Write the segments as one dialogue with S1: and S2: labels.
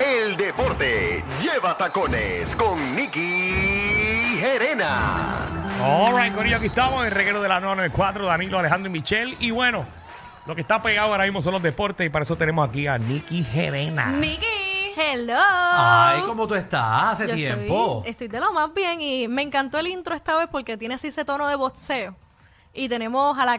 S1: el deporte lleva tacones con Nicky Gerena.
S2: All right, Corillo, aquí estamos, el reguero de la 994, Danilo, Alejandro y Michelle. Y bueno, lo que está pegado ahora mismo son los deportes y para eso tenemos aquí a Nicky Gerena.
S3: Miki, hello.
S4: Ay, ¿cómo tú estás? Hace
S3: Yo
S4: tiempo.
S3: Estoy, estoy de lo más bien y me encantó el intro esta vez porque tiene así ese tono de boxeo. Y tenemos a la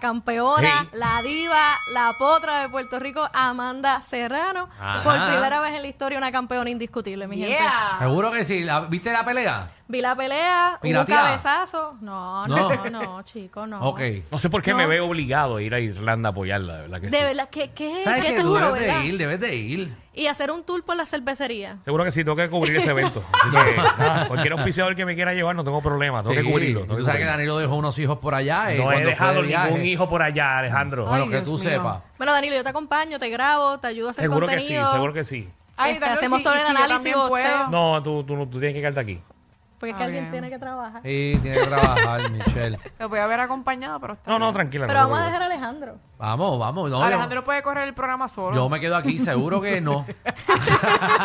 S2: Hey.
S3: campeona, la diva, la potra de Puerto Rico, Amanda Serrano.
S4: Ajá.
S3: Por primera vez en la historia una campeona indiscutible, mi gente.
S4: Seguro que sí. La- ¿Viste la pelea?
S3: Vi la pelea, hubo
S4: Piratea.
S3: cabezazo. No, no,
S4: No.
S3: no, chico, no.
S4: Ok.
S2: No sé por qué
S3: No.
S2: me veo obligado a ir a Irlanda a apoyarla, de verdad que
S3: De
S2: sí.
S3: verdad, ¿qué, qué,
S4: ¿Sabes
S3: qué
S4: qué?
S3: te
S4: Tú
S3: juro,
S4: debes
S3: verdad?
S4: de ir, debes de ir.
S3: Y hacer un tour por la cervecería.
S2: Seguro que sí, tengo que cubrir ese evento. Así que, nada, cualquier auspiciador que me quiera llevar, no tengo problema, tengo
S4: Sí,
S2: que cubrirlo. tengo
S4: Tú
S2: que
S4: sabes que
S2: cubrirlo.
S4: Danilo dejó unos hijos por allá. eh,
S2: no he
S4: cuando fue
S2: dejado
S4: de viaje.
S2: ningún hijo por allá, Alejandro.
S4: Bueno,
S3: Ay,
S4: que
S3: Dios
S4: tú
S3: mío.
S4: sepas.
S3: Bueno, Danilo, yo te acompaño, te grabo, te ayudo a hacer
S2: seguro que sí,
S3: contenido.
S2: seguro que sí.
S3: Este, hacemos todo el análisis boxeo.
S2: No, tú, tú, no- tú tienes que quedarte aquí.
S3: Porque
S2: Ah,
S3: es que alguien tiene que trabajar.
S4: Sí, tiene que trabajar, Michelle.
S5: Lo voy a ver acompañado, pero está
S2: No, no,
S5: bien.
S2: tranquila.
S3: Pero
S2: no te
S3: vamos a
S2: preocupes.
S3: dejar a Alejandro.
S4: Vamos, vamos. No,
S5: Alejandro puede correr el programa
S4: yo,
S5: solo.
S4: yo me quedo aquí, seguro que no.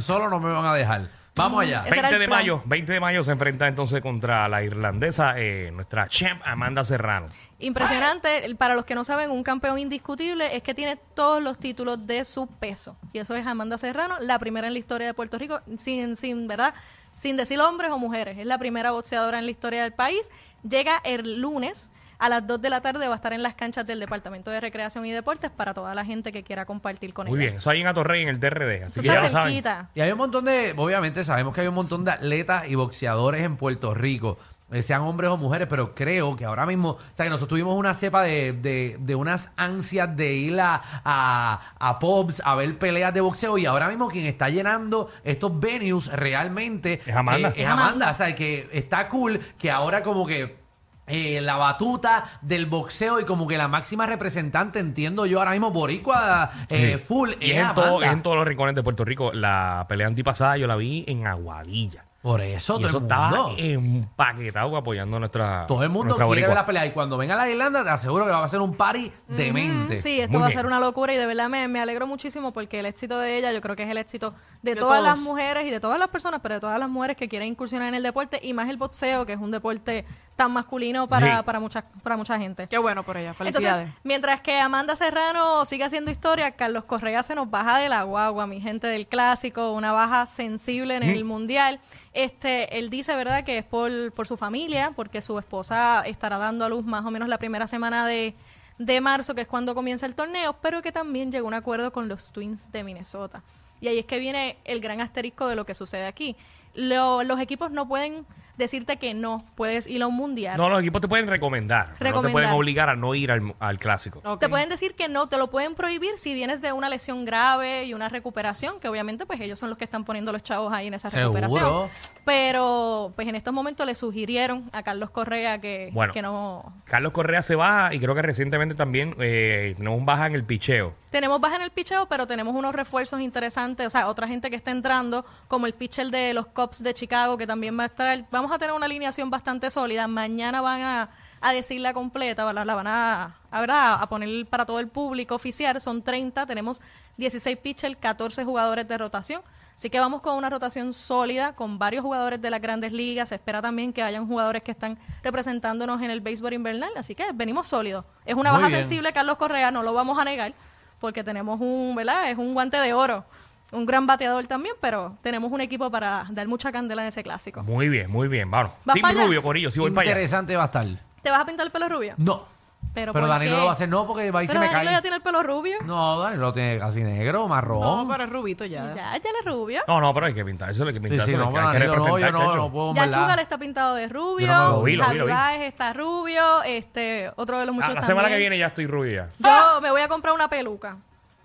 S4: Solo no me van a dejar. Vamos allá.
S3: Ese era el
S2: 20 de
S3: plan.
S2: mayo, 20 de mayo se enfrenta entonces contra la irlandesa, eh, nuestra champ Amanda Serrano.
S3: Impresionante. El- Para los que no saben, un campeón indiscutible es que tiene todos los títulos de su peso. Y eso es Amanda Serrano, la primera en la historia de Puerto Rico, sin, sin ¿verdad? Sin decir hombres o mujeres. Es la primera boxeadora en la historia del país. Llega el lunes. A las 2 de la tarde va a estar en las canchas del Departamento de Recreación y Deportes para toda la gente que quiera compartir con
S2: Muy
S3: ella.
S2: bien, eso ahí en Atorrey en el TRD, así
S3: Eso
S2: que ya
S3: está
S2: lo saben.
S3: cerquita.
S4: Y hay un montón de, obviamente sabemos que hay un montón de atletas y boxeadores en Puerto Rico, eh, sean hombres o mujeres, pero creo que ahora mismo, o sea, que nosotros tuvimos una cepa de, de- de unas ansias de ir a, a, a pubs, a ver peleas de boxeo, y ahora mismo quien está llenando estos venues realmente
S2: Es Amanda.
S4: eh, es Amanda, o sea, que está cool que ahora como que... eh, la batuta del boxeo y como que la máxima representante, entiendo yo ahora mismo, Boricua eh,
S2: Sí.
S4: Full.
S2: Y
S4: es
S2: es en, todo-
S4: Amanda.
S2: es en todos los rincones de Puerto Rico. La pelea antipasada yo la vi en Aguadilla.
S4: Por eso,
S2: Y
S4: todo
S2: eso
S4: el
S2: estaba
S4: mundo.
S2: empaquetado apoyando a nuestra.
S4: Todo el mundo
S2: nuestra
S4: quiere ver
S2: boricua.
S4: la pelea y cuando venga a la Irlanda te aseguro que va a ser un party demente.
S3: Sí, esto
S2: Muy
S3: va
S2: bien.
S3: a ser una locura y de verdad me, me alegro muchísimo porque el éxito de ella yo creo que es el éxito de,
S5: De
S3: todas
S5: todos.
S3: las mujeres y de todas las personas, pero de todas las mujeres que quieren incursionar en el deporte y más el boxeo, que es un deporte tan masculino para,
S2: Sí.
S3: para, mucha, para mucha gente.
S5: Qué bueno por ella. Felicidades.
S3: Entonces, mientras que Amanda Serrano sigue haciendo historia, Carlos Correa se nos baja de la guagua, mi gente del clásico, una baja sensible en el mundial. Este, él dice, ¿verdad?, que es por, por su familia, porque su esposa estará dando a luz más o menos la primera semana de, de marzo, que es cuando comienza el torneo, pero que también llegó a un acuerdo con los Twins de Minnesota. Y ahí es que viene el gran asterisco de lo que sucede aquí. Lo- los equipos no pueden decirte que no, puedes ir a un mundial.
S2: No, los equipos te pueden recomendar. pero No te
S3: Recomendar.
S2: pueden obligar a no ir al, al clásico.
S5: Ok.
S3: Te pueden decir que no, te lo pueden prohibir si vienes de una lesión grave y una recuperación, que obviamente pues ellos son los que están poniendo los chavos ahí en esa
S4: Seguro.
S3: recuperación. Pero pues en estos momentos le sugirieron a Carlos Correa que,
S2: Bueno.
S3: que no...
S2: Carlos Correa se baja y creo que recientemente también eh, tenemos un baja en el picheo.
S3: Tenemos baja en el picheo, pero tenemos unos refuerzos interesantes, o sea, otra gente que está entrando, como el pitcher de los Cubs de Chicago, que también va a estar... Vamos a tener una alineación bastante sólida. Mañana van a, a decir la completa, ¿verdad? la van a, a, ¿verdad? a poner para todo el público oficial. Son 30, tenemos 16 pitchers, 14 jugadores de rotación. Así que vamos con una rotación sólida, con varios jugadores de las grandes ligas. Se espera también que hayan jugadores que están representándonos en el béisbol invernal. Así que venimos sólidos. Es una
S4: Muy
S3: baja
S4: bien.
S3: sensible, Carlos Correa, no lo vamos a negar, porque tenemos un, ¿verdad? Es un guante de oro un gran bateador también, pero tenemos un equipo para dar mucha candela en ese clásico.
S2: Muy bien, muy bien. Vamos.
S3: ¿Vas
S2: Team
S3: pa' allá?
S2: Rubio, Corillo, si voy para allá.
S4: Interesante va a estar.
S3: ¿Te vas a pintar el pelo rubio?
S4: No. Pero,
S3: Pero ¿por
S4: Danilo
S3: qué?
S4: lo va a hacer, no, porque va y se
S3: Pero
S4: me
S3: Danilo ya
S4: cae.
S3: tiene el pelo rubio.
S4: No, Danilo lo tiene casi negro, marrón.
S5: No, pero es rubito ya.
S3: Ya, ya le rubio.
S2: No, no, pero hay que pintar eso, hay que
S4: Sí,
S2: pintar
S4: sí,
S2: eso.
S4: no,
S2: hay que- hay que
S4: Danilo, no, yo
S2: representar,
S4: no,
S2: chacho.
S4: no puedo
S3: Ya
S4: en verdad.
S3: Chugal está pintado de rubio.
S4: Yo no
S2: lo vi, lo vi, lo vi.
S3: Javi Baez está rubio. Este, otro de los
S2: Ah,
S3: muchachos
S2: la semana que
S3: también.
S2: viene ya estoy rubio ya.
S3: Yo me voy a comprar una peluca.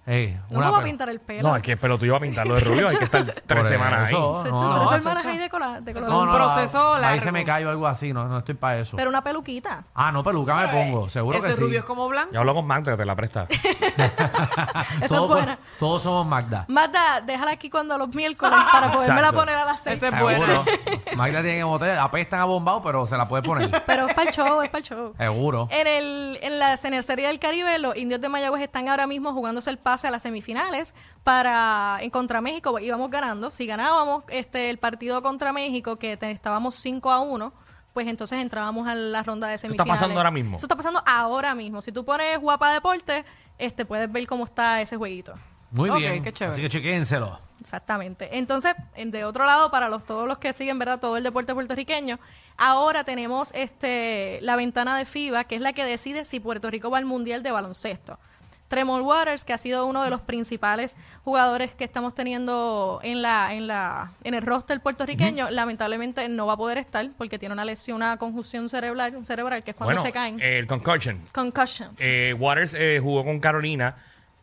S4: Eh,
S3: No me
S4: una
S3: voy a
S4: pela.
S3: pintar el pelo.
S2: No, es que pero tú ibas a pintarlo de rubio, hay que estar tres
S4: Por
S2: semanas ahí.
S4: eso,
S3: Se
S4: no,
S3: echó
S4: no,
S3: tres
S4: se
S3: hermanas
S5: echó.
S3: ahí de cola. de color.
S5: Eso un proceso
S4: Ahí
S5: largo.
S4: se me cayó algo así, no, no estoy para eso.
S3: Pero eh, una peluquita.
S4: ah, no, peluca me pongo, seguro
S5: Ese
S4: que sí.
S5: rubio es como blanco.
S2: Ya hablo con Magda que te la presta.
S3: Esa
S4: Todos
S3: es
S4: con-
S3: buena.
S4: Todos somos Magda.
S3: Magda, déjala aquí cuando los miércoles para podérmela
S2: Exacto.
S3: poner a las seis.
S5: Ese es bueno.
S4: Seguro. Magda tiene que botar, apestan a bombao, pero se la puede poner.
S3: Pero es para el show, es para el show.
S2: Eh, oh.
S4: Seguro.
S3: En, el, en la en el Serie del Caribe, los indios de Mayagüez están ahora mismo jugándose el pase a las semifinales para en contra México. pues, Íbamos ganando. Si ganábamos este el partido contra México, que te- estábamos 5 a 1, pues entonces entrábamos a la ronda de
S2: está
S3: semifinales.
S2: pasando ahora mismo.
S3: Eso está pasando ahora mismo. Si tú pones guapa deporte, este puedes ver cómo está ese jueguito.
S4: Muy
S5: Ok,
S4: bien.
S5: qué chévere.
S4: Así que chequénselo.
S3: Exactamente. Entonces, en- de otro lado, para los todos los que siguen, ¿verdad? Todo el deporte puertorriqueño, ahora tenemos este la ventana de FIBA, que es la que decide si Puerto Rico va al Mundial de Baloncesto. Tremont Waters, que ha sido uno de los principales jugadores que estamos teniendo en la en la en el roster puertorriqueño, lamentablemente no va a poder estar porque tiene una lesión, una conjunción cerebral, cerebral que es cuando
S2: bueno,
S3: se caen.
S2: eh, el concussion.
S3: Concussions.
S2: Eh, Waters eh, jugó con Carolina,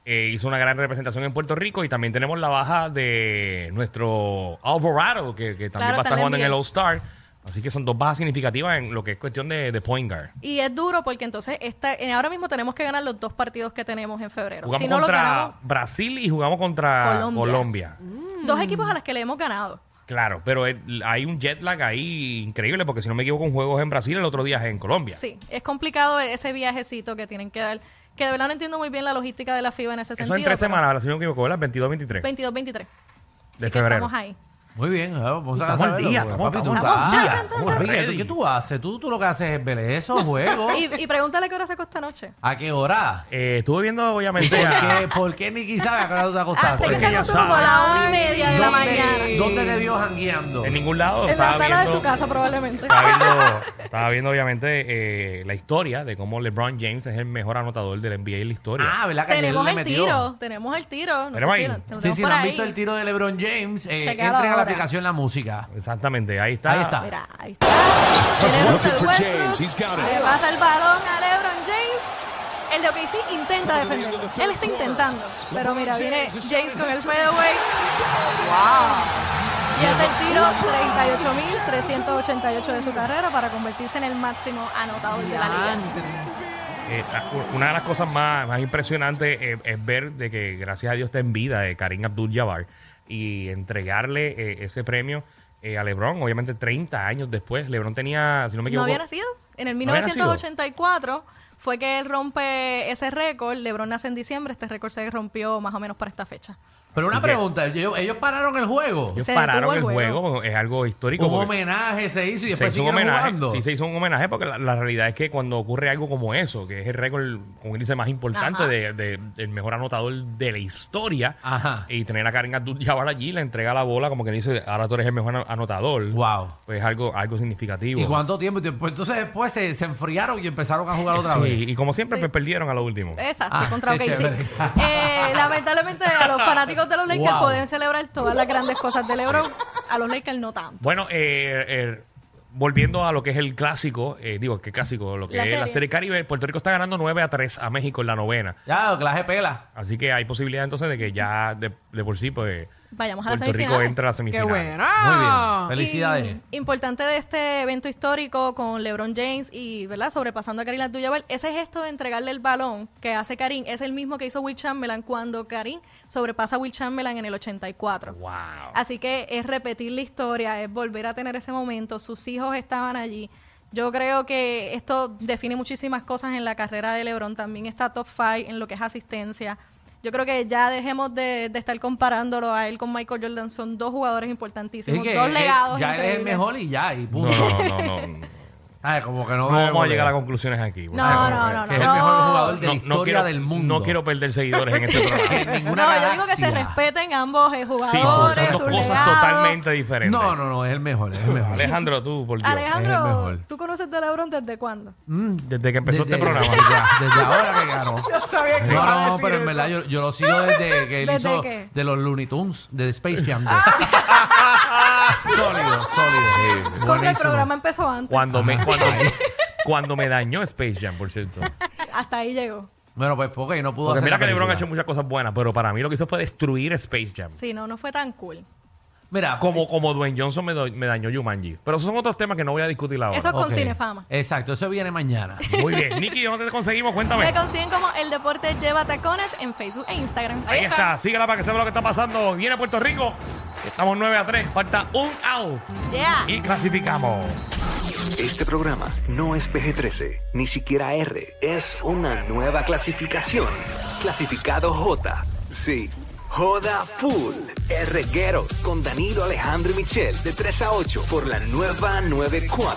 S2: eh, hizo una gran representación en Puerto Rico y también tenemos la baja de nuestro Alvarado, que, que también
S3: Claro,
S2: va a estar
S3: también
S2: jugando en
S3: bien.
S2: el All-Star. Así que son dos bajas significativas en lo que es cuestión de, de point guard.
S3: y es duro porque entonces esta, en- ahora mismo tenemos que ganar los dos partidos que tenemos en febrero.
S2: Jugamos
S3: si no lo
S2: contra
S3: ganamos,
S2: Brasil y jugamos contra Colombia.
S3: Colombia. Dos
S2: Mm.
S3: equipos a los que le hemos ganado.
S2: Claro, pero el- hay un jet lag ahí increíble porque si no me equivoco un juego es en Brasil, el otro día es en Colombia.
S3: Sí, es complicado ese viajecito que tienen que dar. Que de verdad no entiendo muy bien la logística de la FIBA en ese
S2: Eso
S3: sentido.
S2: en tres
S3: pero
S2: semanas, si no me equivoco, ¿verdad? 22-23
S3: 22-23.
S2: de
S3: Así que
S2: febrero.
S3: estamos ahí.
S4: Muy bien, eh, vamos a
S2: Estamos al
S4: saberlo,
S2: día,
S4: porque,
S2: estamos-
S4: papi, tú
S2: estamos al
S4: estás-
S2: día.
S4: Estamos ready. ¿Tú ¿Qué tú haces? Tú, tú lo que haces es ver esos juegos.
S3: Y, y pregúntale qué hora se esta noche.
S4: ¿A qué hora?
S2: Eh, estuve viendo
S4: ¿Por
S2: obviamente a-
S4: qué, ¿Por qué Nicky sabe a qué hora tú te
S3: Ah,
S4: acostaste?
S3: sé que se
S2: ella
S3: acostó como a la una y media de la
S4: ¿Dónde-
S3: mañana.
S4: ¿Dónde te vio jangueando?
S2: en ningún lado.
S3: En la
S2: estaba
S3: sala de
S2: viendo-
S3: su casa probablemente.
S2: Estaba viendo, estaba viendo, obviamente, eh, la historia de cómo LeBron James es el mejor anotador del NBA en la historia.
S4: Ah, ¿verdad? Que ayer
S3: Tenemos
S4: le
S3: el
S4: metió.
S3: tiro, tenemos el tiro. No
S2: Tenemos
S3: sé si
S2: ahí.
S3: lo- te lo
S4: Sí,
S3: tengo
S4: sí,
S3: por
S4: no han
S3: ahí.
S4: visto el tiro de LeBron James. Eh,
S3: Chequea
S4: entren a la
S3: ahora.
S4: aplicación La Música.
S2: Exactamente, ahí está.
S4: Ahí está.
S3: Mira, ahí está. Tenemos el Westbrook. Le pasa el balón a LeBron James. El de OKC intenta defender. Él está intentando. Pero mira, viene James con el fadeaway. ¡Wow! Y hace el tiro 38.388 de su carrera para convertirse en el máximo anotador de la liga.
S2: Eh, u- una de las cosas más, más impresionantes eh, es ver de que, gracias a Dios, está en vida de Karim Abdul-Jabbar y entregarle eh, ese premio eh, a LeBron, obviamente 30 años después. LeBron tenía, si no me equivoco...
S3: No había nacido. En el
S2: ¿No había nacido?
S3: 1984 fue que él rompe ese récord. LeBron nace en diciembre. Este récord se rompió más o menos para esta fecha.
S4: Pero una
S2: Así que-
S4: pregunta, ellos, ellos pararon el juego.
S2: ellos
S3: Se
S2: pararon
S3: detuvo
S2: el
S3: el
S2: juego.
S3: juego.
S2: es algo histórico.
S4: Un
S2: porque-
S4: homenaje se hizo
S2: se
S4: y después
S2: hizo un
S4: siguieron
S2: homenaje.
S4: jugando.
S2: Sí, se hizo un homenaje porque la, la realidad es que cuando ocurre algo como eso, que es el récord, como él dice, más importante
S3: Ajá.
S2: de, de- del mejor anotador de la historia,
S4: Ajá.
S2: y tener a Karen Abdul-Jabbar allí, le entrega la bola, como que dice, ahora tú eres el mejor anotador.
S4: Wow.
S2: Pues es algo, algo significativo.
S4: ¿Y cuánto tiempo? Y después- entonces después se, se enfriaron y empezaron a jugar otra
S2: Sí,
S4: vez.
S2: y como siempre,
S3: Sí. Eh.
S2: pues, perdieron a lo último.
S3: Exacto,
S4: Ah,
S3: contra
S4: qué
S3: OKC.
S4: chévere.
S3: Eh, lamentablemente a los fanáticos de los Lakers
S4: Wow.
S3: pueden celebrar todas las grandes cosas de LeBron, a los Lakers no tanto.
S2: Bueno, eh, eh, volviendo a lo que es el clásico, eh, digo, ¿qué clásico? Lo que
S3: La
S2: es la
S3: serie.
S2: Serie Caribe, Puerto Rico está ganando 9 a 3 a México en la novena.
S4: Ya, clase pela.
S2: Así que hay posibilidad entonces de que ya de, de por sí, pues.
S3: Vayamos a la
S2: Puerto Rico
S3: semifinal.
S2: entra a la
S5: Qué
S2: semifinal.
S5: bueno.
S4: Muy bien. Felicidades.
S3: Ah, Y importante de este evento histórico con LeBron James y, ¿verdad?, sobrepasando a Karim Abdul-Jabbar, ese gesto de entregarle el balón que hace Karim es el mismo que hizo Will Chamberlain cuando Karim sobrepasa a Will Chamberlain en el 84.
S2: Wow.
S3: Así que es repetir la historia, es volver a tener ese momento. Sus hijos estaban allí. Yo creo que esto define muchísimas cosas en la carrera de LeBron. También está top five en lo que es asistencia. Yo creo que ya dejemos de, de estar comparándolo a él con Michael Jordan. Son dos jugadores importantísimos,
S4: Es que
S3: dos
S4: él-
S3: legados.
S4: ya él es el
S3: increíbles.
S4: mejor y ya, y
S2: No,
S4: punto.
S2: no, no, no.
S4: Ay, como que no,
S2: No vamos
S4: veo
S2: a llegar a
S4: que-
S2: conclusiones aquí. porque-
S3: No,
S2: como
S3: no,
S2: que-
S3: no,
S2: que
S4: Es
S2: es
S4: el
S3: no.
S4: mejor jugador de
S2: no-
S4: la
S2: no
S4: historia
S2: quiero-
S4: del mundo.
S2: No quiero perder seguidores en este
S4: En
S2: programa.
S4: ninguna
S3: No, yo digo que se
S4: galaxia.
S3: respeten ambos eh,
S2: Sí, son
S3: jugadores,
S2: dos
S3: sus
S2: cosas
S3: legados.
S2: totalmente diferentes.
S4: No, no, no, es el mejor, es el mejor.
S2: Alejandro, tú, por Dios.
S4: Es el
S3: Alejandro,
S4: mejor.
S3: ¿tú conoces de LeBron desde cuándo?
S2: Desde que empezó
S4: Desde-
S2: este programa.
S4: Desde, desde ahora que ganó.
S5: sabía que
S4: No,
S5: iba a
S4: no, no,
S5: decir
S4: pero en
S5: Ah, eso.
S4: verdad yo, yo lo sigo desde que él
S3: ¿Desde
S4: hizo
S3: qué?
S4: de los Looney Tunes, de Space Jam. sólido, sólido.
S3: Contra el
S4: Buenísimo.
S3: programa empezó antes.
S2: Cuando me, cuando, cuando me dañó Space Jam, por cierto.
S3: Hasta ahí llegó.
S4: Bueno, pues porque no pudo
S2: Porque
S4: hacer
S2: mira
S4: la
S2: que LeBron ha hecho
S4: película.
S2: muchas cosas buenas, pero para mí lo que hizo fue destruir Space Jam.
S3: Sí, no, no fue tan cool.
S4: Mira, eh,
S2: Como, como Dwayne Johnson me, do- me dañó Jumanji. Pero esos son otros temas que no voy a discutir ahora.
S3: Eso es con
S4: ok.
S3: Cinefama.
S4: Exacto, eso viene mañana.
S2: Muy bien. Nicky, ¿dónde te conseguimos?
S3: Me
S2: Cuéntame.
S3: consiguen como El Deporte Lleva Tacones en Facebook e Instagram.
S2: Ahí está. Síguela para que sepa lo que está pasando. Viene Puerto Rico. Estamos 9 a 3. Falta un out.
S3: Yeah.
S2: Y clasificamos.
S6: Este programa no es PG-13, ni siquiera R. Es una nueva clasificación. Clasificado J. Sí. Joda Full. R. Guerrero con Danilo Alejandro y Michel de 3 a 8 por la nueva 94.